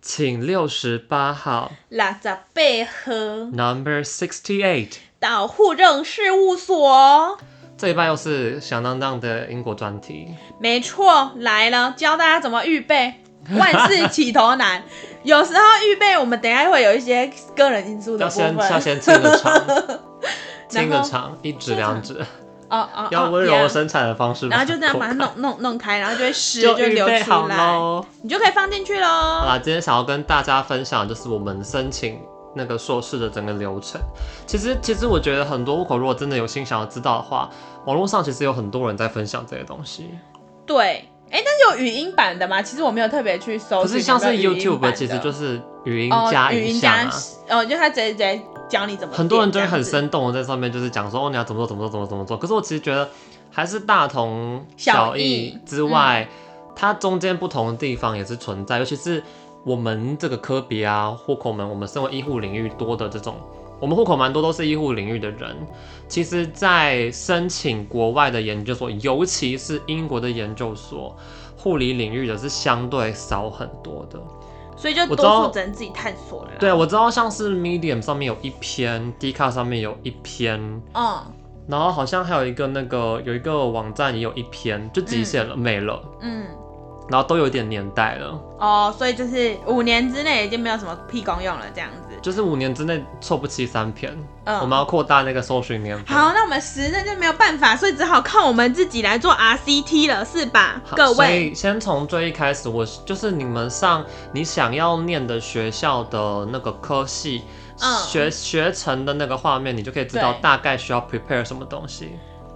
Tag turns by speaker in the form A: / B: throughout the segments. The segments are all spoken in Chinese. A: 请六十八号
B: 六十八号
A: Number Sixty Eight。
B: 到户政事务所。
A: 这一半又是响当当的英国专题，
B: 没错，来了，教大家怎么 预备。万事起头难，有时候预备我们等一下会有一些个人因素的
A: 要
B: 部
A: 先要
B: 分。
A: 先清个场， 清
B: 然
A: 个
B: 后
A: 场，一指两指，
B: 哦哦，
A: 要
B: 哦
A: 温
B: ，yeah
A: 柔生产的方式，
B: 然后就这样把它
A: 不可
B: 弄弄弄开，然后就会 湿
A: 就预
B: 流
A: 备
B: 出
A: 好
B: 来，
A: 喽。
B: 你就可以放进去
A: 好
B: 喽。
A: 啦，今天想要跟大家分享，就是我们申请那个硕士的整个流程。其实，其实我觉得很多户口，如果真的有心想要知道的话，网络上其实有很多人在分享这些东西。
B: 对，哎，但是有语音版的吗？其实我没有特别去搜
A: 可
B: 寻
A: 是
B: 有
A: 像是
B: 没有语音
A: YouTube，
B: 版的
A: 其实就是语音
B: 哦
A: 加
B: 语
A: 影
B: 音
A: 像
B: 加
A: 啊。，
B: 哦，就他直接直接教你怎么点，
A: 很多人就会
B: 这样
A: 很
B: 子
A: 生动的在上面就是讲说哦你要怎么做怎么做怎么做怎么做。可是我其实觉得还是大同
B: 小
A: 小
B: 异
A: 异之外，它中间不同的地方也是存在，尤其是我们这个科别啊，户口们，我们身为医护领域多的这种。我们户口蛮多都是医护领域的人，其实，在申请国外的研究所，尤其是英国的研究所，护理领域的是相对少很多的。
B: 所以就
A: 我知
B: 多
A: 道
B: 数只能自己探索了啦。
A: 对，我知道像是 Medium 上面有一篇，D 卡上面有一篇，
B: 嗯
A: 然后好像还有一个那个有一个网站也有一篇，就极限了、没了，
B: 嗯。
A: 然后都有一点年代了，
B: 哦，所以就是五年之内已经没有什么屁功用了，这样子。
A: 就是五年之内凑不齐三篇，
B: 嗯，
A: 我们要扩大那个搜寻年份。
B: 好，那我们实在就没有办法，所以只好靠我们自己来做 RCT 了，是吧，
A: 好
B: 各
A: 所
B: 位？
A: 以先从最一开始，我是就是你们上你想要念的学校的那个科系。
B: 嗯
A: 学学成的那个画面，你就可以知道
B: 对
A: 大概需要 prepare 什么东西。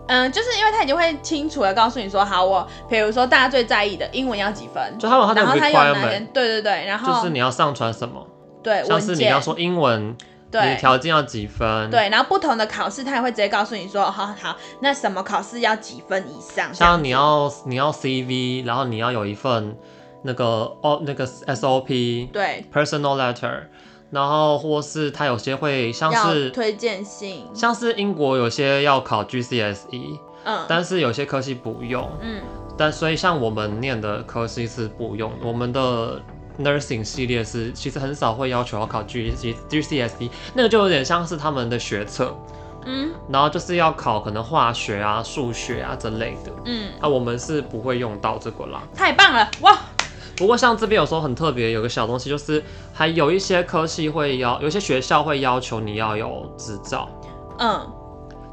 B: 嗯，就是因为他已经会清楚的告诉你说，好，我比如说大家最在意的英文要几分，
A: 就他有他的
B: 然后他有哪些
A: requirement，，
B: 对对对，然后
A: 就是你要上传什么，
B: 对
A: 像
B: 文
A: 是
B: 件，
A: 你要说英文，你的
B: 对
A: 条件要几分，，
B: 对，然后不同的考试他也会直接告诉你说，哦好好，那什么考试要几分以上，这样
A: 像你要你要 CV，然后你要有一份那个哦那个 SOP
B: 对，
A: personal letter，然后或是他有些会像
B: 要
A: 是
B: 推荐信，
A: 像是英国有些要考 GCSE，
B: 嗯
A: E，但是有些科系不用，
B: 嗯，
A: 但所以像我们念的科系是不用，我们的 nursing 系列是其实很少会要求要考 G G GCSE，那个 E 就有点像是他们的学测，
B: 嗯
A: 然后就是要考可能化学啊、数学啊这类的。
B: 嗯，
A: 啊，我们是不会用到这个啦。
B: 太棒了，哇，
A: 不过像这边有时候很特别，有个小东西就是，还有一些科系会要，有些学校会要求你要有执照，
B: 嗯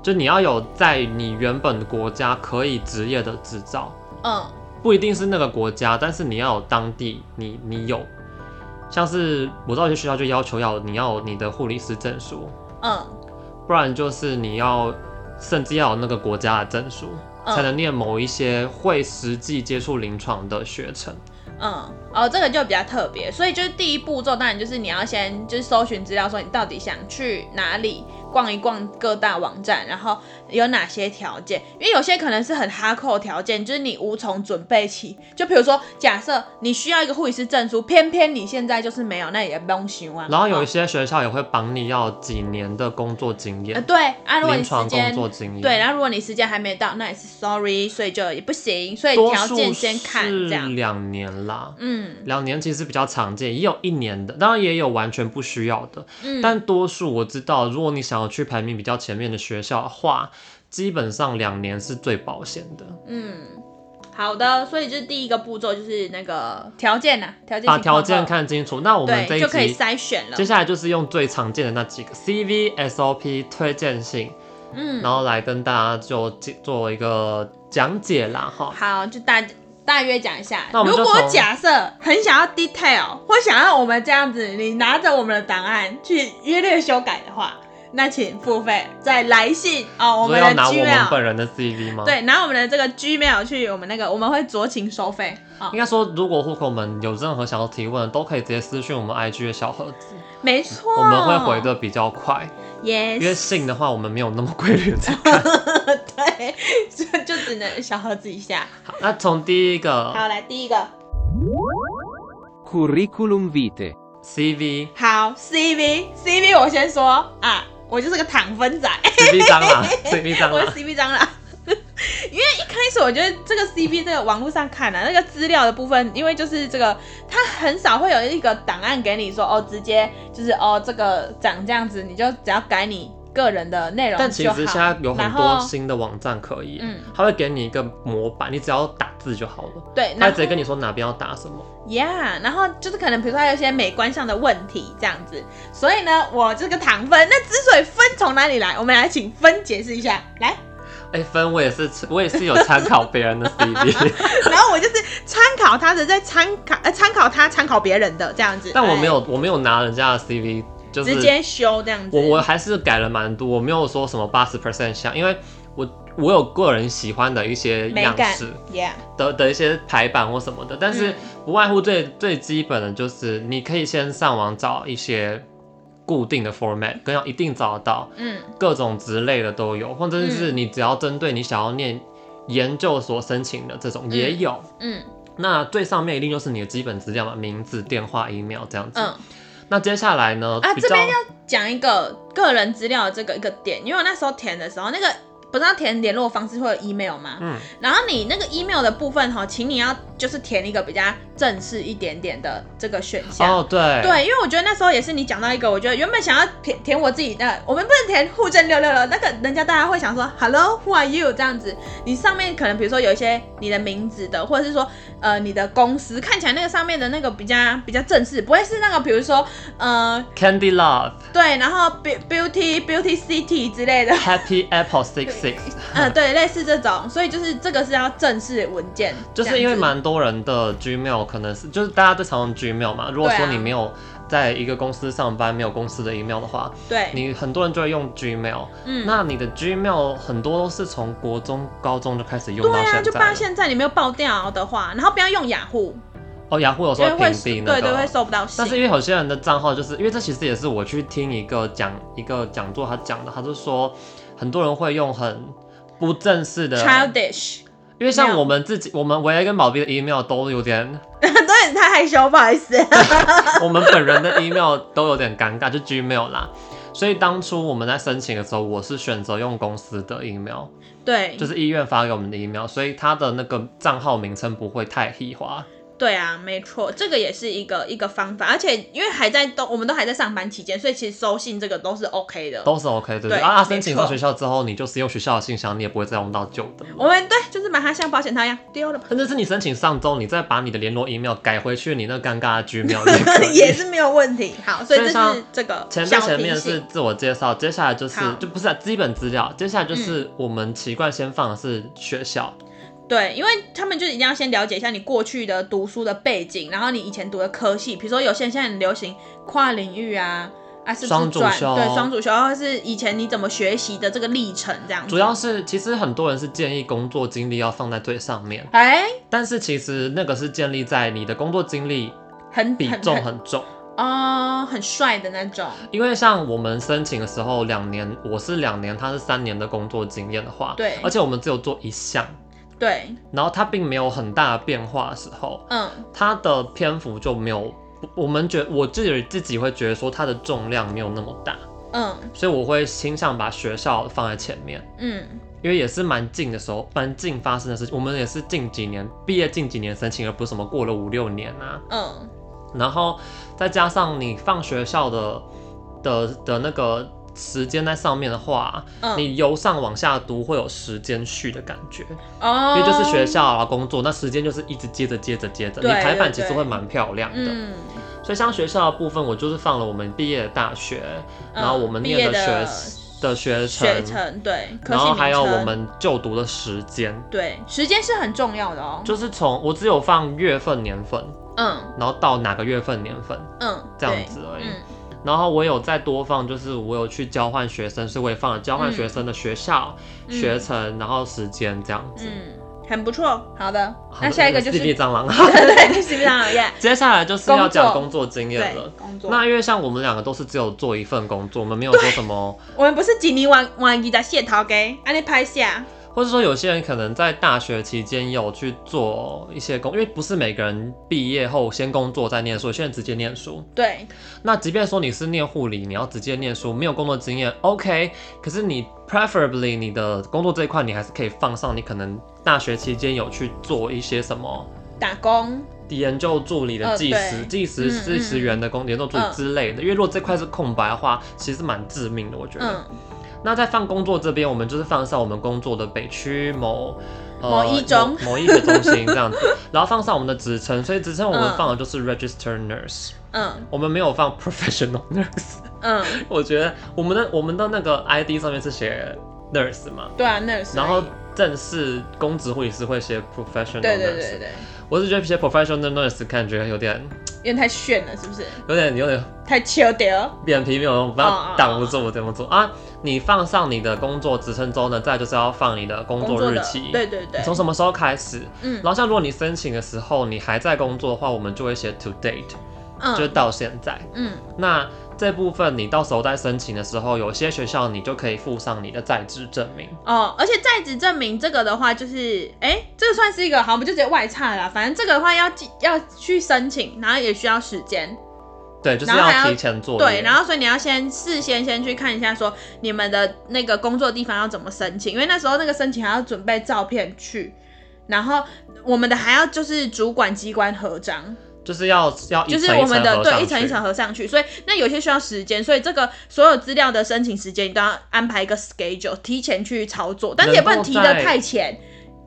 A: 就你要有在你原本国家可以执业的执照。
B: 嗯。
A: 不一定是那个国家，但是你要有当地你你有，像是我知道有些学校就要求要你要有你的护理师证书，
B: 嗯
A: 不然就是你要甚至要有那个国家的证书，
B: 嗯
A: 才能念某一些会实际接触临床的学程。
B: 嗯，哦，这个就比较特别，所以就是第一步骤，当然就是你要先就是搜寻资料，说你到底想去哪里逛一逛各大网站，然后有哪些条件，因为有些可能是很哈扣的条件，就是你无从准备起。就比如说，假设你需要一个护理师证书，偏偏你现在就是没有，那也不用啊询问。
A: 然后有一
B: 些、
A: 些学校也会绑你要几年的工作经
B: 呃、
A: 验，
B: 对啊，如果
A: 临
B: 你时
A: 床工
B: 间
A: 作经验。
B: 对，，然后如果你时间还没到，那也是 sorry，所以就也不行，所以
A: 多
B: 条
A: 数
B: 件先看
A: 是
B: 这样。
A: 两年啦。
B: 嗯
A: 两年其实比较常见，也有一年的，当然也有完全不需要的。
B: 嗯，
A: 但多数我知道，如果你想要去排名比较前面的学校的话，基本上两年是最保险的。
B: 嗯，好的，所以就是第一个步骤就是那个条件呐、啊，条件
A: 把
B: 情况
A: 条件
B: 后，
A: 看清楚。那我们这
B: 对，
A: 一
B: 就可以
A: 集
B: 筛选了
A: 接。下来就是用最常见的那几个 CV、SOP、推荐信，
B: 嗯，
A: 然后来跟大家就解做一个讲解啦，哈。
B: 好，就大大约讲一下。
A: 那我们
B: 如
A: 就
B: 果
A: 从
B: 假设很想要 detail，或想要我们这样子，你拿着我们的档案去约略修改的话，那请付费再来信哦，
A: 所
B: 我们
A: 以要
B: 的
A: 拿我们
B: Gmail。
A: 本人的 CV 吗？。
B: 对，拿我们的这个 Gmail 去我们那个，我们会酌情收费啊、
A: 应该说，如果户口们有任何想要提问，都可以直接私讯我们 IG 的小盒子，
B: 没错，
A: 我们会回的比较快。因为
B: Yes，
A: 信的话，我们没有那么规律在
B: 对，就就只能小盒子一下。
A: 好那从第一个
B: 好，来第一个，
C: Curriculum vitae.
A: CV
B: 好，CV CV，我先说啊，我就是个躺分仔，
A: CV 蟑螂，CV 蟑
B: 我是
A: 螂，
B: CV 蟑螂。啊 因为一开始我觉得这个 CP 这个网络上看啊，那个资料的部分，因为就是这个它很少会有一个档案给你说哦，直接就是哦这个长这样子，你就只要改你个人的内容
A: 但其
B: 就好。
A: 实现在有很
B: 然
A: 多
B: 后
A: 新的网站可以，
B: 嗯
A: 它会给你一个模板，你只要打字就好了，
B: 对，
A: 它
B: 那
A: 直接跟你说哪边要打什么。
B: Yeah，然后就是可能比如说还有一些美观上的问题这样子，所以呢，我这个糖分，那之所以分从哪里来，我们来请分解释一下。来，
A: 哎、分我也是，我也是有参考别人的 CV，
B: 然后我就是参考他的，再参考呃参考他，参考别人的这样子，
A: 但我
B: 哎
A: 没有，我没有拿人家的 CV，就是
B: 直接修这样子。
A: 我我还是改了蛮多，我没有说什么八十 percent 像，因为我我有个人喜欢的一些
B: 美
A: 样
B: 感
A: 式
B: Yeah，
A: 的的一些排版或什么的，但是
B: 嗯
A: 不外乎最最基本的就是你可以先上网找一些固定的 format，跟要一定找得到，
B: 嗯
A: 各种职类的都有，或者是你只要针对你想要念研究所申请的这种也有。
B: 嗯
A: 那最上面一定就是你的基本资料嘛，名字、电话、email 这样子。
B: 嗯，
A: 那接下来呢？
B: 啊
A: 比
B: 这
A: 较
B: 边讲一个个人资料的这个一个点，因为我那时候填的时候，那个不是要填联络方式或者 email 吗？
A: 嗯，
B: 然后你那个 email 的部分哈，请你要就是填一个比较正式一点点的这个选项。
A: 哦对，
B: 对，因为我觉得那时候也是你讲到一个，我觉得原本想要填填我自己的，我们不能填户政六六六，那个人家大家会想说 Hello Who are you 这样子，你上面可能比如说有一些你的名字的，或者是说呃你的公司，看起来那个上面的那个比较比较正式，不会是那个比如说呃
A: Candy Love
B: 对，然后 Be- Beauty Beauty City 之类的，
A: Happy Apple Six Six，
B: 嗯，对，类似这种，所以就是这个是要正式文件，
A: 就是因为
B: 这样
A: 蛮多人的 Gmail 可能是就是大家都常用 Gmail 嘛，如果说
B: 对啊
A: 你没有在一个公司上班，没有公司的 email 的话，
B: 子对，
A: 你很多人就会用 Gmail。
B: 嗯
A: 那你的 Gmail 很多都是从国中、高中就开始用到
B: 对啊，
A: 现
B: 就
A: 在
B: 怕
A: 了。
B: 现在你没有爆掉的话，然后不要用雅虎，
A: 哦，雅虎有时
B: 因
A: 候
B: 为
A: 屏
B: 会
A: 蔽那
B: 对对
A: 个
B: 会。收不到
A: 但是
B: 信。
A: 因为有些人的账号，就是因为这其实也是我去听一个讲一个讲座，他讲的，他就说很多人会用很不正式的，
B: childish，
A: 因为像
B: mail
A: 我们自己，我们维跟宝碧的 email 都有点，
B: 对，你太害羞，不好意思。
A: 我们本人的 email 都有点尴尬，就 Gmail 啦。所以当初我们在申请的时候，我是选择用公司的 email，
B: 对，
A: 就是医院发给我们的 email，所以他的那个账号名称不会太黑化。
B: 对啊，没错，这个也是一个一个方法，而且因为还在都我们都还在上班期间，所以其实收信这个都是 OK 的。
A: 都是 OK 对不对？
B: 对
A: 啊，啊
B: 没
A: 申请上
B: 错
A: 学校之后，你就是用学校的信箱，你也不会再用到旧的了。
B: 我们对，就是把它像保险套一样丢了吧，
A: 甚至是你申请上周，你再把你的联络 email 改回去，你那尴尬的 Gmail 也可以
B: 也是没有问题。好，所以
A: 所
B: 这
A: 以像
B: 是这个
A: 前
B: 小
A: 面前
B: 提
A: 面是
B: 醒。
A: 自我介绍，接下来就是
B: 好
A: 就不是啊基本资料，接下来就是我们习惯先放的是学校，
B: 嗯对，因为他们就一定要先了解一下你过去的读书的背景，然后你以前读的科系，比如说有些人现在很流行跨领域啊，啊是不
A: 双
B: 是
A: 主
B: 转
A: 修
B: 对双主修，或是以前你怎么学习的这个历程这样子。
A: 主要是其实很多人是建议工作经历要放在最上面，
B: 哎、
A: 但是其实那个是建立在你的工作经历
B: 很
A: 比
B: 很
A: 重
B: 很
A: 很 重，
B: 哦，很帅的那种，
A: 因为像我们申请的时候，两年我是两年，他是三年的工作经验的话，
B: 对
A: 而且我们只有做一项，
B: 对，
A: 然后它并没有很大的变化的时候，
B: 嗯
A: 它的篇幅就没有，我们觉我自己自己会觉得说它的重量没有那么大，
B: 嗯
A: 所以我会倾向把学校放在前面，
B: 嗯，
A: 因为也是蛮近的时候，蛮近发生的事情。我们也是近几年毕业近几年申请，而不是什么过了五六年啊。
B: 嗯，
A: 然后再加上你放学校的的的那个时间在上面的话，
B: 嗯
A: 你由上往下读会有时间序的感觉。
B: 哦，
A: 因为就是学，校啊工作，那时间就是一直接着接着接着，你
B: 对
A: 排版
B: 对
A: 其实
B: 对
A: 会蛮漂亮的。
B: 嗯，
A: 所以像学校的部分，我就是放了我们毕业的大学，
B: 嗯
A: 然后我们
B: 毕
A: 念
B: 业
A: 的学
B: 的
A: 的学
B: 学
A: 程，
B: 程对，科
A: 然
B: 系
A: 后
B: 名
A: 还有我
B: 称
A: 们就读的时间，
B: 对时间是很重要的哦，
A: 就是从我只有放月份、年份，
B: 嗯
A: 然后到哪个月份、年份
B: 嗯，
A: 这样
B: 对，
A: 子而已。
B: 嗯
A: 然后我有再多放，就是我有去交换学生，所以我也放了交换学生的学校、
B: 嗯
A: 学程，然后时间这样子。
B: 嗯，很不错，好的，
A: 好
B: 那下一个就
A: 这
B: 是
A: 地蟑螂。
B: 对，就是非常好耶，
A: 接下来就是要讲
B: 工作
A: 工作经验
B: 对
A: 了。，
B: 工作，
A: 那因为像我们两个都是只有做一份工作，我们没有说什么
B: 我们不是几年玩玩一的蟹桃给，安尼拍下，
A: 或者说有些人可能在大学期间有去做一些工，因为不是每个人毕业后先工作再念书，有些人直接念书。
B: 对，
A: 那即便说你是念护理，你要直接念书，没有工作经验，OK。可是你 preferably 你的工作这一块，你还是可以放上你可能大学期间有去做一些什么
B: 打工，
A: 研究助理的
B: 呃
A: 技师、
B: 对
A: 技师、
B: 嗯
A: 技师员的工、研究助理
B: 嗯
A: 之类的。因为如果这块是空白的话，其实蛮致命的，我觉得。
B: 嗯，
A: 那在放工作这边，我们就是放上我们工作的北区某。呃
B: 某一中
A: 某某医学中心这样 子，然后放上我们的职称，所以职称我们
B: 嗯
A: 放的就是 register nurse，、
B: 嗯，
A: 我们没有放 professional nurse。
B: 嗯，
A: 我觉得我们的我们的那个 ID 上面是写 nurse 嘛，
B: 对啊，那个时
A: 然
B: 候
A: 后正式公职护理师会写 professional nurse。
B: 对对对对，
A: 我是觉得写 professional nurse 感觉有点
B: 有点太炫了，是不是？
A: 有点有点
B: 太秋点了，
A: 脸皮没有用，不
B: 哦
A: 要
B: 哦
A: 挡不住我怎么做啊？你放上你的工作职称周呢，再来就是要放你的工
B: 工
A: 作
B: 作
A: 日
B: 的
A: 期，，哎
B: 对对对，
A: 从什么时候开始？
B: 嗯
A: 然后像如果你申请的时候你还在工作的话，我们就会写 to date，就是
B: 嗯
A: 到现在。
B: 嗯
A: 那这部分你到时候在申请的时候，有些学校你就可以附上你的在职证明。
B: 哦，而且在职证明这个的话，就是哎、这个算是一个好，我们就直接外差啦。反正这个的话要记要去申请，然后也需要时间，
A: 对，就是
B: 然后还
A: 要
B: 要
A: 提前做业。
B: 对，然后所以你要先事先先去看一下，说你们的那个工作地方要怎么申请，因为那时候那个申请还要准备照片去，然后我们的还要就是主管机关合章，
A: 就是要要一
B: 就是
A: 层
B: 我
A: 一
B: 们
A: 层
B: 的
A: 合
B: 对一
A: 上
B: 层一层
A: 去。
B: 合上去，所以那有些需要时间，所以这个所有资料的申请时间你都要安排一个 schedule，提前去操作，但是也不能提
A: 能
B: 的
A: 够在
B: 太前，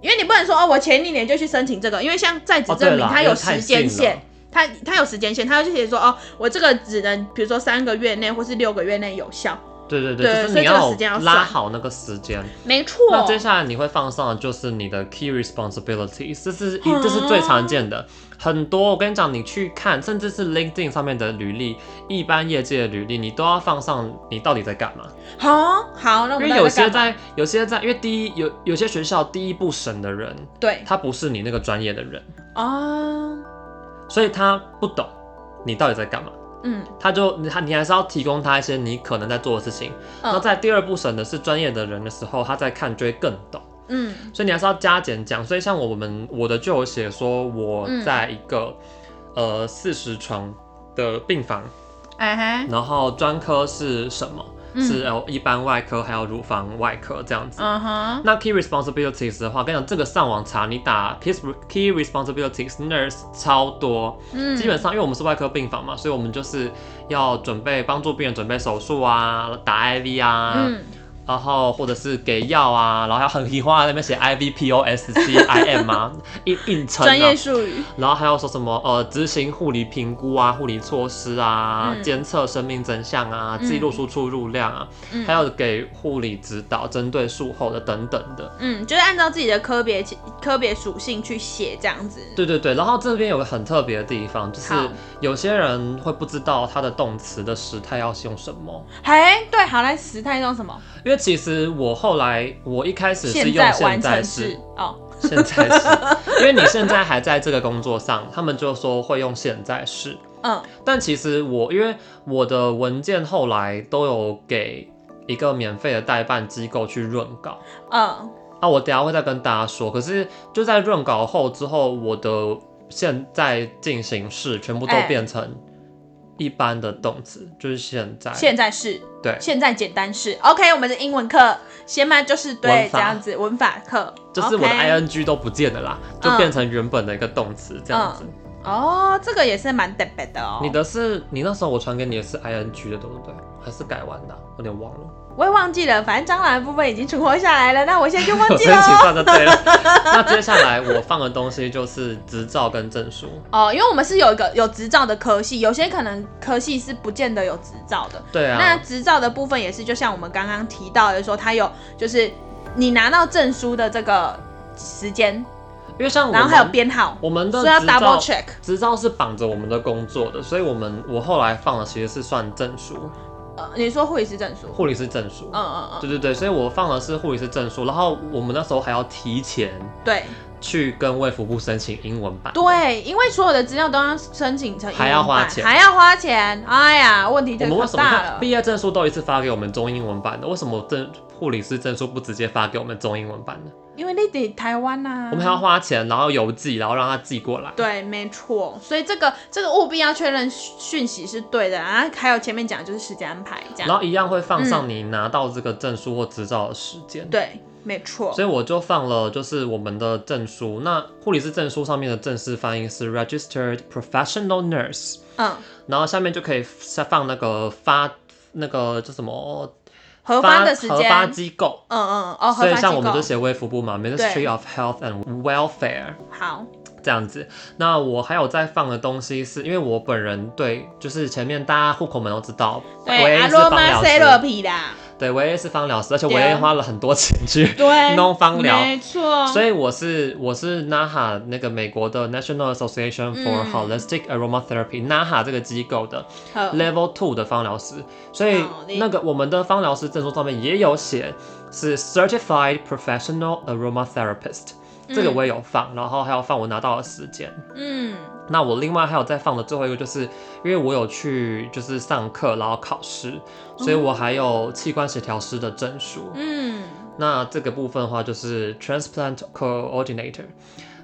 B: 因为你不能说哦，我前一年就去申请这个，因为像在职
A: 哦对
B: 证明
A: 啦
B: 它
A: 因为
B: 有
A: 太
B: 时间
A: 近
B: 线
A: 了。
B: 它它有时间线，它就写说哦，我这个只能比如说三个月内或是六个月内有效，
A: 对对
B: 对
A: 对，就是
B: 所以
A: 你
B: 这个时间要
A: 拉
B: 算
A: 好那个时间。
B: 没错。
A: 那接下来你会放上的就是你的 key responsibilities，这是一这是最常见的。很多我跟你讲，你去看，甚至是 LinkedIn 上面的履历，一般业界的履历，你都要放上你到底在干嘛。
B: 好好，那我
A: 因为
B: 们大
A: 有
B: 家
A: 些
B: 干嘛
A: 在有些在，因为第一有有些学校第一步审的人，
B: 对
A: 他不是你那个专业的人，
B: 哦，
A: 所以他不懂你到底在干嘛。
B: 嗯
A: 他就你还你还是要提供他一些你可能在做的事情。那、
B: 嗯
A: 在第二步审的是专业的人的时候，他在看就会更懂，
B: 嗯
A: 所以你还是要加减讲。所以像我们我的就有写说我
B: 嗯
A: 在一个、呃四十床的病房，
B: 哎嘿
A: 然后专科是什么？
B: 嗯
A: 是呃一般外科还有乳房外科这样子。
B: 嗯哼
A: 那 key responsibilities 的话，跟你讲，这个上网查，你打 key key responsibilities nurse 超多，
B: 嗯
A: 基本上，因为我们是外科病房嘛，所以我们就是要准备帮助病人准备手术啊，打 IV 啊，
B: 嗯
A: 然后或者是给药啊，然后还很喜欢在那边写 IV POS CIM 啊，硬硬撑
B: 专
A: 啊
B: 业，术语
A: 然后还有说什么呃执行护理评估啊、护理措施啊、
B: 嗯
A: 监测生命真相啊、
B: 嗯
A: 记录输出入量啊，
B: 嗯
A: 还有给护理指导、针对术后的等等的。
B: 嗯，就是按照自己的科别科别属性去写这样子。
A: 对对对，然后这边有个很特别的地方，就是
B: 好
A: 有些人会不知道它的动词的时态要用什么，
B: 哎，对，好来时态用什么？
A: 因为其实我后来我一开始是用
B: 在
A: 现
B: 完
A: 在
B: 成
A: 式
B: 式，哦，
A: 现在式，因为你现在还在这个工作上，他们就说会用现在式，
B: 嗯
A: 但其实我因为我的文件后来都有给一个免费的代办机构去润稿，
B: 嗯
A: 啊，我等一下会再跟大家说。可是就在润稿后之后，我的现在进行式全部都
B: 哎
A: 变成一般的动词，就是现在。
B: 现在式，
A: 对，
B: 现在简单式。OK，我们的英文课，先嘛就是
A: 文
B: 对
A: 法
B: 这样子，文法课
A: 就是我的
B: OK
A: ing 都不见了啦，就
B: 嗯
A: 变成原本的一个动词这样子。
B: 哦，这个也是蛮特别的哦。
A: 你的是你那时候我传给你的是 ing 的，对不对？还是改完的啊、有点忘了。
B: 我也忘记了，反正蟑螂的部分已经存活下来了，那我现在就忘
A: 我
B: 记
A: 申
B: 了
A: 请
B: 哦。
A: 上就对了。那接下来我放的东西就是执照跟证书。
B: 哦，因为我们是有一个有执照的科系，有些可能科系是不见得有执照的，
A: 对啊。
B: 那执照的部分也是，就像我们刚刚提到的说，它有就是你拿到证书的这个时间，
A: 因为像我们
B: 然后还有编号，
A: 我们的
B: 所以要
A: 执照
B: double check。
A: 执照是绑着我们的工作的，所以我们我后来放的其实是算证书，
B: 呃，你说护理师证书？
A: 护理师证书。
B: 嗯嗯嗯，
A: 对对对，所以我放的是护理师证书，然后我们那时候还要提前
B: 对，
A: 去跟卫福部申请英文版。
B: 对，因为所有的资料都要申请成英文版，
A: 还要花钱
B: 还要花钱，哎呀，问题
A: 我
B: 就
A: 们为
B: 可
A: 什么
B: 大
A: 看
B: 了
A: 毕。业证书都一次发给我们中英文版的？为什么证护理师证书不直接发给我们中英文版的？
B: 因为你得台湾呐、
A: 我们还要花钱，然后邮寄，然后让他寄过来。
B: 对，没错，所以这个这个务必要确认讯讯息是对的，然后还有前面讲就是时间安排这
A: 然
B: 样，
A: 后一样会放上你拿到这个证书或执照的时间。
B: 嗯对，没错，
A: 所以我就放了，就是我们的证书。那护理师证书上面的正式翻译是 Registered Professional Nurse，
B: 嗯，
A: 然后下面就可以放那个发那个叫什么
B: 核
A: 发
B: 发的时
A: 核
B: 间，
A: 发
B: 嗯
A: 机构。
B: 嗯嗯，
A: 所
B: 哦，核
A: 以
B: 发
A: 像我们就
B: 机构，
A: 写卫福部嘛，Ministry of Health and Welfare
B: 好，
A: 这样子。那我还有在放的东西是，因为我本人对，就是前面大家户口们都知道，
B: 对，
A: 维
B: 阿
A: 是
B: 罗
A: 芳
B: 马
A: 疗
B: 塞洛
A: 师，
B: 皮啦，
A: 对，维 A 是芳疗师，而且
B: 对
A: 维 A 花了很多钱去
B: 对，
A: 弄芳疗，
B: 没错，
A: 所以我是我是 NAHA 那个美国的 National Association for
B: 嗯
A: Holistic Aromatherapy、NAHA 这个机构的
B: 好
A: Level Two 的芳疗师，所以
B: 好的
A: 那个我们的芳疗师证书上面也有写是 Certified Professional Aromatherapist，这个我也有放，然后还有放我拿到的时间。
B: 嗯，
A: 那我另外还有再放的最后一个，就是因为我有去就是上课，然后考试，所以我还有器官协调师的证书。
B: 嗯
A: 那这个部分的话，就是 transplant coordinator，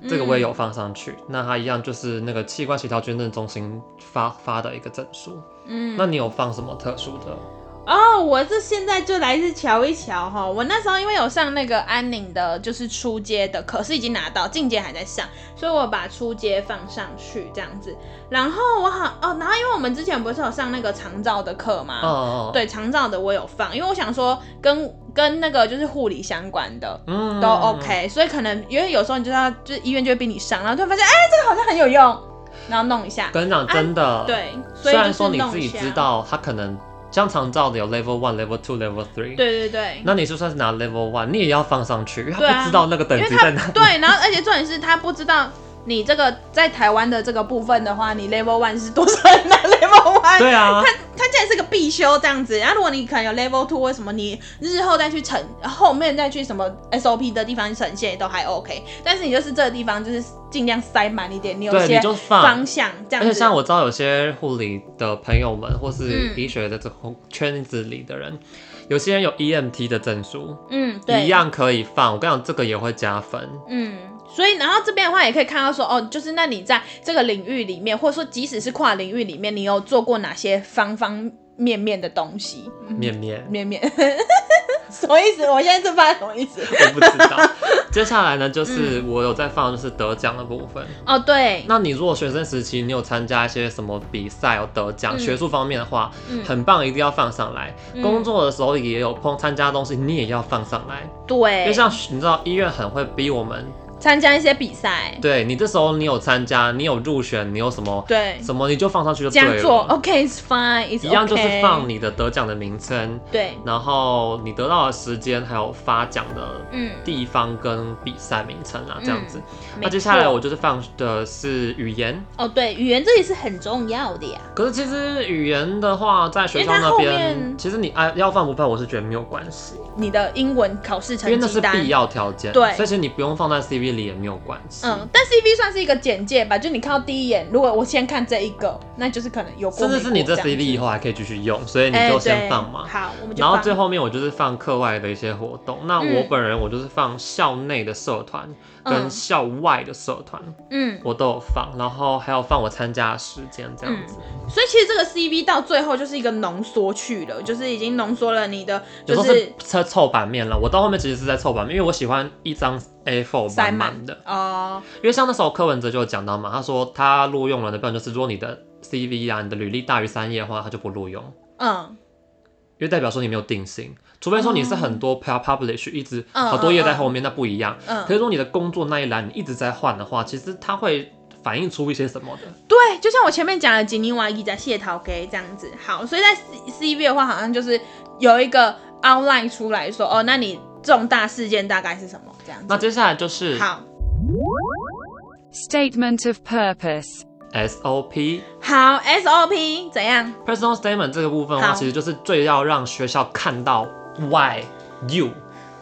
B: 嗯，
A: 这个我也有放上去。那它一样就是那个器官协调捐赠中心发发的一个证书。
B: 嗯，
A: 那你有放什么特殊的？
B: 哦，我这现在就来是瞧一瞧哈。我那时候因为有上那个安宁的，就是初阶的，可是已经拿到，进阶还在上，所以我把初阶放上去这样子。然后我好哦，然后因为我们之前不是有上那个长照的课吗？
A: 哦、，
B: 对，长照的我有放，因为我想说跟跟那个就是护理相关的。
A: 嗯
B: 都 OK，、所以可能因为有时候你就知道，就是医院就会逼你上，然后就会发现，哎、这个好像很有用，然后弄一下。
A: 跟你讲真的，，
B: 啊对，所
A: 虽
B: 以
A: 然
B: 就是
A: 说你
B: 弄
A: 自
B: 一
A: 己
B: 下
A: 知，道，它可能像常照的有 level one、level two、level three，，
B: 对对对。
A: 那你就算是拿 level one，你也要放上去，因为
B: 对
A: 它
B: 啊
A: 不知道那个等
B: 因为
A: 级
B: 他
A: 在哪。
B: 对，然后而且重点是他不知道你这个在台湾的这个部分的话，你 level one 是多少人拿 level one？
A: 对啊，
B: 它竟然是个必修这样子。然后如果你可能有 level two 或什么，你日后再去呈后面再去什么 SOP 的地方呈现都还 OK，但是你就是这个地方就是尽量塞满一点，你有一
A: 对，
B: 些
A: 你就放
B: 方。向这
A: 而
B: 样子。
A: 且像我知道有些护理的朋友们，或是
B: 嗯
A: 医学的这个圈子里的人，有些人有 EMT 的证书，
B: 嗯，对，
A: 一样可以放。我跟你讲，这个也会加分。
B: 嗯，所以然后这边的话也可以看到说，哦，就是那你在这个领域里面，或者说即使是跨领域里面，你有做过哪些方方面面的东西？
A: 面面，
B: 面 面，什么意思？我现在这发什么意思？
A: 我不知 道。接下来呢，就是
B: 嗯
A: 我有在放，就是得奖的部分。
B: 哦，对，
A: 那你如果学生时期你有参加一些什么比赛有得奖，
B: 嗯
A: 学术方面的话，
B: 嗯
A: 很棒，一定要放上来。
B: 嗯
A: 工作的时候也有碰参加的东西，你也要放上来。因为
B: 对，
A: 像你知道，医院很会逼我们
B: 参加一些比赛，
A: 对你这时候你有参加，你有入选，你有什么
B: 对，哦
A: 什么你就放上去就对
B: 讲座
A: 了。
B: ，OK，it's fine，it's OK，
A: 一样就是放，你的得奖的名称，
B: 对，
A: 然后你得到的时间，还有发奖的
B: 嗯，
A: 地方跟比赛名称啊，这样子。那
B: 没
A: 接下来
B: 错
A: 我就是放的是语言，
B: 哦，对，语言这也是很重要的呀，
A: 可是其实语言的话，在学校
B: 因为它
A: 那
B: 后
A: 边，
B: 面
A: 其实你爱要放不放，我是觉得没有关系，
B: 你的英文考试
A: 因为
B: 成
A: 那
B: 绩
A: 是
B: 单
A: 必。要条件。
B: 对
A: 所以其实你不用放在 CV 里也没有关系。
B: 嗯，但 CV 算是一个简介吧，就你看到第一眼，如果我先看这一个，那就是可能有过
A: 甚至是你
B: 没
A: 这
B: 过样子
A: CV 以后还可以继续用，所以你
B: 哎
A: 就
B: 对
A: 先放嘛。
B: 好，我们就
A: 然后最
B: 后
A: 后面我就是放课外的一些活动，那我
B: 嗯
A: 本人我就是放校内的社团跟
B: 嗯
A: 校外的社团，
B: 嗯，
A: 我都有放，然后还有放我参加的时间这样子，
B: 所以其实这个 CV 到最后就是一个浓缩去了，就是已经浓缩了你的
A: 有
B: 就
A: 时候
B: 是
A: 是凑凑版面了。我到后面其实是在凑版面，因为我喜欢一张 A4
B: 塞
A: 满
B: 满
A: 满的，
B: 哦，
A: 因为像那时候柯文哲就有讲到嘛，他说他录用人的标准就是，如果你的 CV 啊、你的履历大于三页的话，他就不录用，
B: 嗯，
A: 因为代表说你没有定性，除非说你是很多 publish 一直
B: 哦嗯
A: 好多页在
B: 嗯嗯
A: 后面，那不一样。
B: 嗯
A: 可是说你的工作那一栏你一直在换的话，其实它会反映出一些什么的。
B: 对，就像我前面讲的吉尼瓦伊在谢桃给这样子，好，所以在 C CV 的话，好像就是有一个 outline 出来说，哦，那你重大事件大概是什么这样
A: 那
B: 子，
A: 接下来就是
B: 好。
C: Statement of purpose.
A: SOP
B: 好，SOP 怎样？
A: personal statement 这个部分的话，
B: 好
A: 其实就是最要让学校看到 why you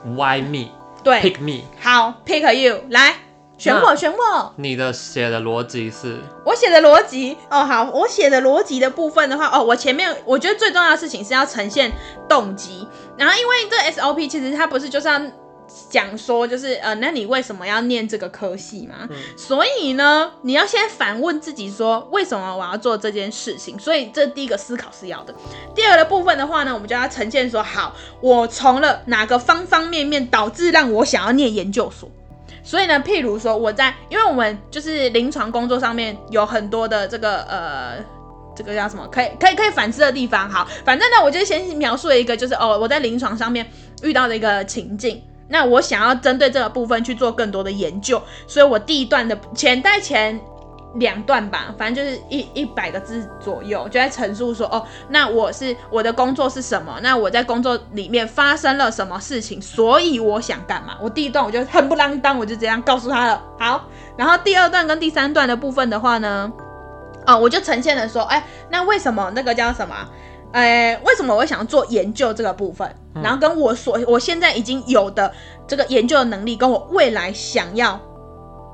A: why me
B: 对，
A: pick me。
B: 好，pick you 来选我，选我。
A: 你的写的逻辑是，
B: 我写的逻辑哦，好，我写的逻辑的部分的话，哦，我前面我觉得最重要的事情是要呈现动机，然后因为这 SOP 其实它不是就是要讲说，就是呃，那你为什么要念这个科系嘛？
A: 嗯
B: 所以呢，你要先反问自己说，为什么我要做这件事情？所以这第一个思考是要的。第二个部分的话呢，我们就要呈现说，好，我从了哪个方方面面导致让我想要念研究所。所以呢，譬如说我在，因为我们就是临床工作上面有很多的这个呃。这个叫什么？可以可以可以反思的地方。好，反正呢，我就先描述了一个，就是哦，我在临床上面遇到的一个情境。那我想要针对这个部分去做更多的研究，所以我第一段的前在前两段吧，反正就是一一百个字左右，就在陈述说哦，那我是我的工作是什么？那我在工作里面发生了什么事情？所以我想干嘛？我第一段我就恨不啷当，我就这样告诉他了。好，然后第二段跟第三段的部分的话呢，哦，我就呈现了说，哎、那为什么那个叫什么啊？哎、为什么我会想做研究这个部分？
A: 嗯
B: 然后跟我所我现在已经有的这个研究的能力，跟我未来想要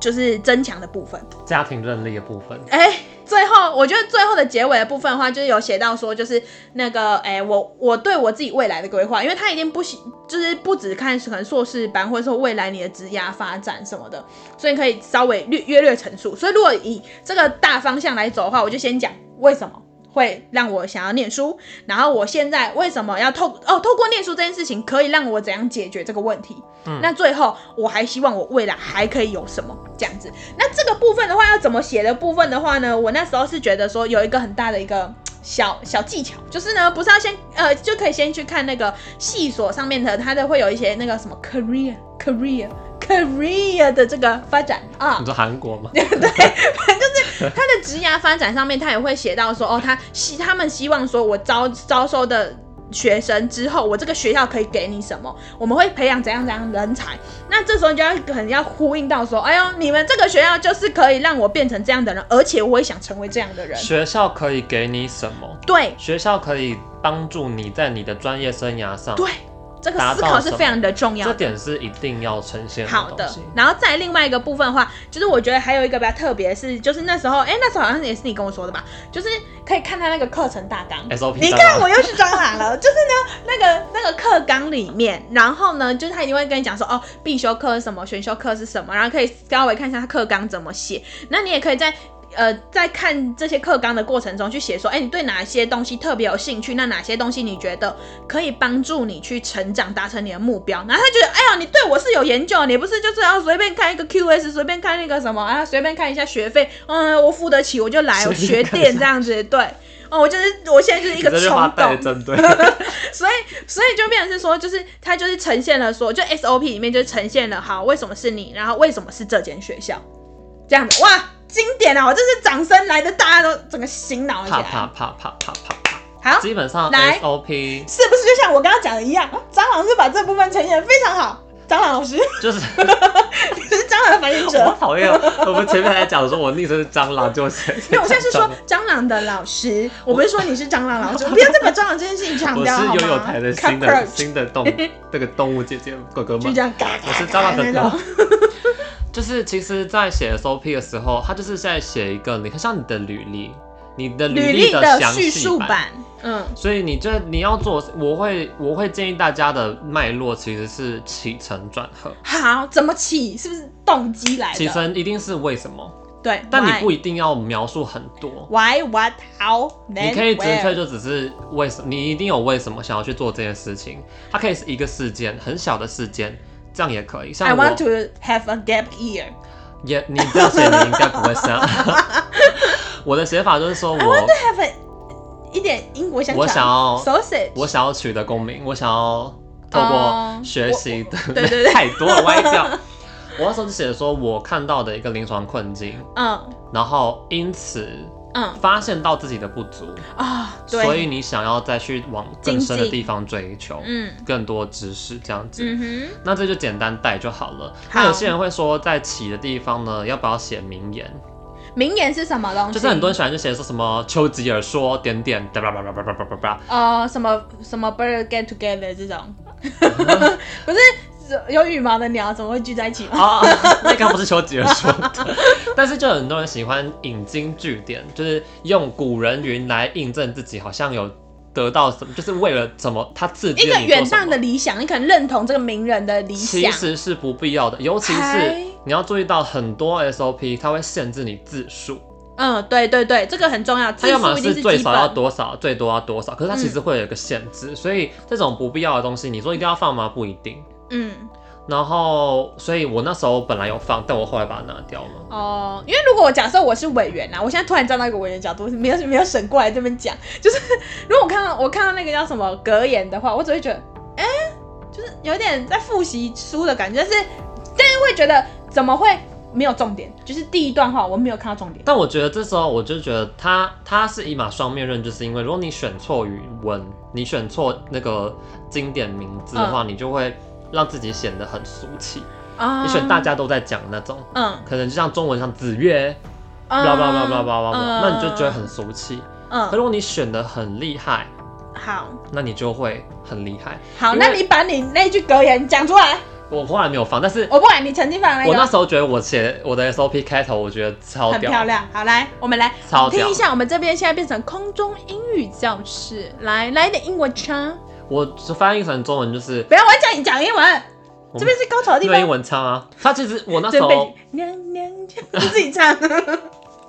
B: 就是增强的部分。
A: 家庭认力的部分。
B: 哎、最后我觉得最后的结尾的部分的话，就是有写到说，就是那个哎、我我对我自己未来的规划，因为他已经不喜，就是不只看可能硕士班，或者说未来你的职涯发展什么的，所以可以稍微略约略陈述。所以如果以这个大方向来走的话，我就先讲为什么。会让我想要念书，然后我现在为什么要透哦透过念书这件事情，可以让我怎样解决这个问题？
A: 嗯
B: 那最后我还希望我未来还可以有什么这样子。那这个部分的话，要怎么写的部分的话呢？我那时候是觉得说有一个很大的一个。小小技巧就是呢，不是要先呃，就可以先去看那个系所上面的，它的会有一些那个什么 career career career 的这个发展 啊，
A: 你说韩国吗？
B: 他的职涯发展上面，他也会写到说，哦，他希他们希望说我招招收的学生之后，我这个学校可以给你什么？我们会培养怎样怎样的人才？那这时候你就要可能要呼应到说，哎呦，你们这个学校就是可以让我变成这样的人，而且我也想成为这样的人。
A: 学校可以给你什么？
B: 对
A: 学校可以帮助你在你的专业生涯上，
B: 对，这个
A: 达
B: 思
A: 到
B: 考是
A: 什
B: 非常的重要
A: 这
B: 的。
A: 点是一定要呈现
B: 好
A: 东
B: 的
A: 西。，
B: 然后再另外一个部分的话，就是我觉得还有一个比较特别的是，就是那时候，哎、那时候好像也是你跟我说的吧，就是可以看他那个课程大纲。
A: SOP
B: 你
A: 当然
B: 看我又去蟑螂了，就是呢，那个那个课纲里面，然后呢，就是他一定会跟你讲说，哦，必修课是什么，选修课是什么，然后可以稍微看一下他课纲怎么写。那你也可以在。呃，在看这些课纲的过程中，去写说，哎、你对哪些东西特别有兴趣？那哪些东西你觉得可以帮助你去成长，达成你的目标？然后他觉得，哎呀，你对我是有研究，你不是就是要随便看一个 QS，随便看那个什么啊，随便看一下学费，嗯，我付得起我就 来，我
A: 随便
B: 学
A: 看一
B: 电这样子，对。哦，我就是我现在就是一个
A: 你这句
B: 冲
A: 话带
B: 动
A: 的， 针对，
B: 所以所以就变成是说，就是它就是呈现了说，就 SOP 里面就呈现了好，为什么是你，然后为什么是这间学校，这样子哇，经典啊！我这是掌声来的，大家都整个醒脑一
A: 啪，
B: 下
A: 啪啪啪啪啪啪，
B: 好，
A: 基本上
B: 啊来
A: SOP
B: 是不是就像我刚刚讲的一样，哦张老师把这部分呈现的非常好。张朗老师
A: 就是
B: 是张朗的反 应
A: 我好
B: 者，
A: 讨厌哦，我们前面还讲说我昵称是蟑螂，就是
B: 没有，我现在是说张朗的老师，我不是说你是张朗 老师，我不要再把张朗这件事情强
A: 我
B: 调
A: 是
B: 好
A: 悠悠
B: 吗
A: 台的新的
B: Cockroach
A: 新的动 这个动物姐姐哥哥
B: 就
A: 们
B: 这，样嘎嘎嘎
A: 我是蟑螂
B: 那
A: 哥
B: 种
A: 哥。。 就是其实，在写 SOP 的时候，他就是在写一个，你看像你的履历，你的
B: 履
A: 历
B: 历
A: 的
B: 的
A: 详
B: 叙
A: 细
B: 述
A: 版。
B: 版，嗯，
A: 所以你这你要做，我会我会建议大家的脉络其实是起承转合，
B: 好，怎么起？是不是动机来的？
A: 起承一定是为什么，
B: 对，
A: 但你
B: why
A: 不一定要描述很多，
B: why what how，
A: 你
B: then
A: 可以纯粹
B: where
A: 就只是为什么，你一定有为什么想要去做这件事情，它可以是一个事件，很小的事件，这样也可以。像
B: I
A: 我
B: want to have a gap year。
A: 也你这样写，你应该不会像。 我的写法就是说
B: I
A: 我
B: want to have a 一点英国香肠。
A: 我想要
B: sausage。
A: 我想要取得共鸣，我想要透
B: 哦
A: 过学习的、
B: 对对 对
A: 太多了歪掉。我那时候就写的说我看到的一个临床困境，
B: 嗯
A: 然后因此
B: 嗯
A: 发现到自己的不足，
B: 啊，对，
A: 所以你想要再去往更深的
B: 精进
A: 地方追求，
B: 嗯
A: 更多知识这样子。
B: 嗯
A: 那这就简单带就好了。
B: 好
A: 那有些人会说，在起的地方呢，要不要写名言？
B: 哼，名言是什么东西？
A: 就是很多人喜欢就写说什么丘吉尔说点点，叭叭叭叭叭叭叭叭叭，
B: 呃什么什么 bird get together 这种，不是有羽毛的鸟怎么会聚在一起吗？
A: 啊， 那刚不是丘吉尔说的，但是就很多人喜欢引经据典，就是用古人云来印证自己好像有得到什么，就是为了怎么他刺激
B: 一
A: 了
B: 个
A: 你做
B: 远
A: 什
B: 大
A: 么
B: 的理想，你可能认同这个名人的理
A: 其
B: 想，
A: 实是不必要的，尤其是
B: 嗨
A: 你要注意到很多 SOP 它会限制你字数，
B: 嗯，对对对，这个很重要，
A: 它
B: 字
A: 要
B: 数
A: 么
B: 一定
A: 是
B: 基
A: 最
B: 本。
A: 少要多少，最多要多少，可是它其
B: 嗯
A: 实会有一个限制，所以这种不必要的东西，你说一定要放吗？不一定。
B: 嗯，
A: 然后，所以我那时候本来有放，但我后来把它拿掉了。
B: 哦，因为如果我假设我是委员啊，我现在突然站到一个委员角度，没有没有审过来这边讲，就是如果我看到我看到那个叫什么格言的话，我只会觉得，哎、就是有点在复习书的感觉，但是但是会觉得怎么会没有重点？就是第一段话我没有看到重点。
A: 但我觉得这时候我就觉得它它是以马双面刃，就是因为如果你选错语文，你选错那个经典名字的
B: 嗯
A: 话，你就会让自己显得很俗气。
B: 啊
A: 你选大，家都在讲那种，
B: 嗯，
A: 可能就像中文像子曰，
B: 嗯
A: 叭叭叭叭叭叭叭，
B: 嗯
A: 那你就觉得很俗气。可
B: 嗯，
A: 如果你选的很厉害，
B: 好
A: 那你就会很厉害。
B: 好，
A: 因为
B: 那你把你那句格言讲出来，
A: 我后来没有放，但是
B: 我不管你曾经犯了
A: 我
B: 那
A: 那
B: 个。
A: 时候觉得我写我的 SOP 开头，我觉得超
B: 很
A: 屌，
B: 漂亮，好来，我们来
A: 超屌
B: 听一下，我们这边现在变成空中英语教室，来来一点英文腔，
A: 我就翻译成中文就是
B: 不要，我要叫你讲英文，
A: 我们
B: 这边是高潮的地
A: 对英
B: 方。
A: 文唱啊。他其实我那时
B: 这边
A: 候
B: 被。娘娘自己唱，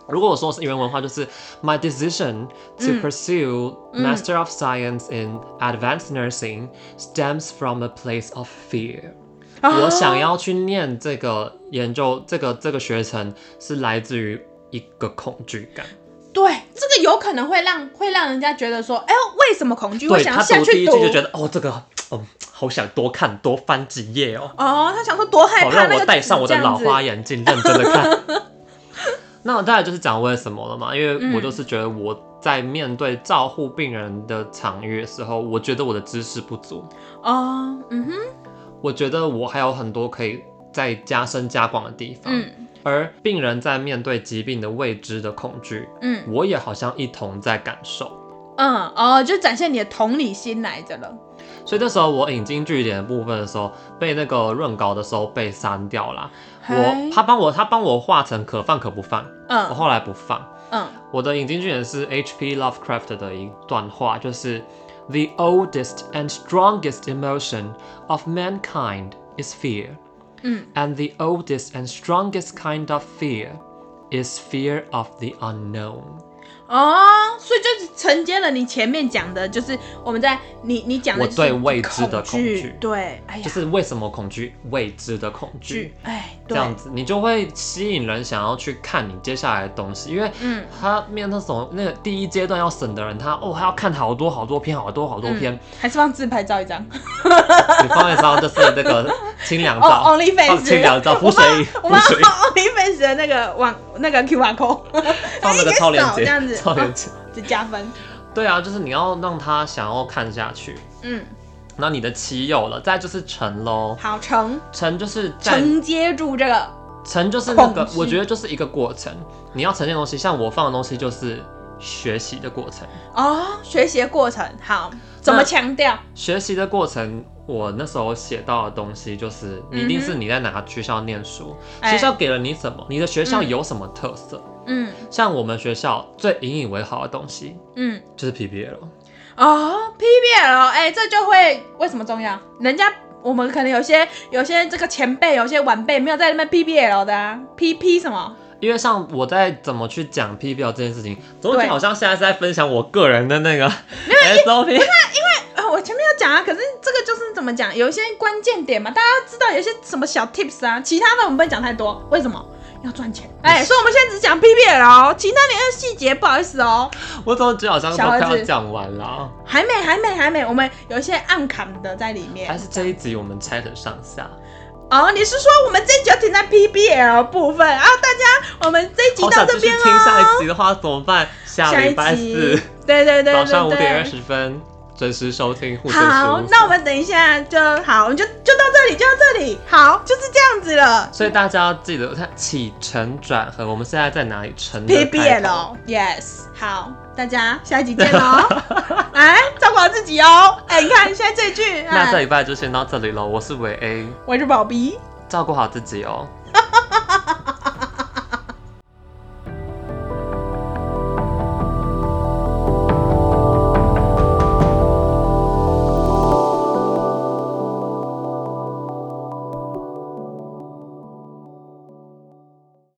A: 如果我说是英文文化，就是 My decision to
B: 嗯
A: pursue
B: 嗯
A: Master of Science in Advanced Nursing stems from a place of fear。我
B: 哦
A: 想要去念这个研究，这个这个学程是来自于一个恐惧感。
B: 对这个有可能会让会让人家觉得说，哎呦，为什么恐惧？我
A: 对
B: 想
A: 他
B: 要下
A: 读第
B: 去
A: 一
B: 读
A: 句就觉得，哦，这个，嗯，好想多看多翻几页哦。
B: 哦，他想说多害
A: 好，
B: 怕
A: 让
B: 那
A: 我
B: 个
A: 戴上我的老
B: 这样
A: 花
B: 子
A: 眼镜，认真的 看。那我大概就是讲为什么了嘛，因
B: 嗯
A: 为我就是觉得我在面对照护病人的场域的时候，我觉得我的知识不足，
B: 哦，嗯哼，
A: 我觉得我还有很多可以再加深加广的地方。
B: 嗯
A: 而病人在面对疾病的未知的恐惧，
B: 嗯
A: 我也好像一同在感受。
B: 嗯，哦，就展现你的同理心来着了。
A: 所以那时候我引经据典的部分的时候，被那个润稿的时候被删掉啦。
B: 嘿
A: 我他帮我他帮我画成可放可不放，我
B: 嗯
A: 后来不放。
B: 嗯
A: 我的引经据典是 H.P. Lovecraft 的一段话，就是 The oldest and strongest emotion of mankind is fear,
B: 嗯
A: and the oldest and strongest kind of fear is fear of the unknown。
B: 哦，所以就是承接了你前面讲的，就是我们在你你讲的
A: 我
B: 是
A: 对未知的恐惧
B: 惧，对，哎呀，
A: 就是为什么恐惧未知的恐惧
B: 惧，，哎，
A: 这
B: 对，
A: 样子你就会吸引人想要去看你接下来的东西，因为
B: 嗯
A: 他面那种那个第一阶段要审的人，他哦他要看好多好多篇，好多好多篇，
B: 还是放自拍照一张。
A: 你放一张就是那 个清凉照
B: 哦，Only
A: 放
B: Face，
A: 清凉照，浮水
B: 我
A: 浮
B: 们
A: 水，
B: Only Face 的那个网那个 QR code 哎
A: 放那个超链
B: 一个手这样子
A: 接，超链接。
B: 就加分。
A: 对啊，就是你要让他想要看下去。
B: 嗯，
A: 那你的棋有了，再就是城喽。
B: 好承
A: 城就是在
B: 承接住这个，
A: 城就是那个
B: 控，制
A: 我觉得就是一个过程。你要呈现东西，像我放的东西就是学习的过程。
B: 哦，学习的过程好，怎么强调？
A: 学习的过程，我那时候写到的东西就是，你一定是你在哪个学校念书，
B: 嗯哎
A: 学校给了你什么，你的学校
B: 嗯
A: 有什么特色。
B: 嗯
A: 像我们学校最引以为豪的东西
B: 嗯，
A: 就是 PBL，
B: 哦，PBL，哎、这就会为什么重要？人家我们可能有些有些这个前辈，有些晚辈没有在那边 PBL 的啊，PP 什么？
A: 因为像我在怎么去讲 PBL 这件事情，总觉
B: 对
A: 好像现在是在分享我个人的那个 SOP，
B: 啊、我前面要讲啊，可是这个就是怎么讲，有一些关键点嘛，大家要知道有一些什么小 tips 啊，其他的我们不能讲太多，为什么？要赚钱，哎、所以我们现在只讲 PBL 哦，其他点的细节不好意思哦，
A: 我总觉得好像都快
B: 小儿
A: 要
B: 子
A: 讲完了，啊
B: 还没，还没，还没，我们有一些暗扛的在里面
A: 还。是这一集我们拆成上下，
B: 哦，你是说我们这一集要停在 PBL 部分啊？大家，我们这一集
A: 好
B: 到
A: 想
B: 这
A: 继续
B: 边
A: 听
B: 哦，
A: 下一集的话怎么办？下
B: 下一
A: 礼拜
B: 集
A: 四，
B: 对对对对对，
A: 早上五点二十分，准时收听护身
B: 好
A: 书，。
B: 那我们等一下就好，我们就就到这里，就到这里，好，就是这样子了。
A: 所以大家要记得看起承转合，我们现在在哪里？承的开
B: P B
A: 头
B: L 哦 yes，好，大家下一集 见哦。哎，照顾好自己哦。哎，你看现在这句，
A: 那这
B: 哎，
A: 礼拜就先到这里喽，我是伟 A，
B: 我是宝碧。
A: 照顾好自己哦。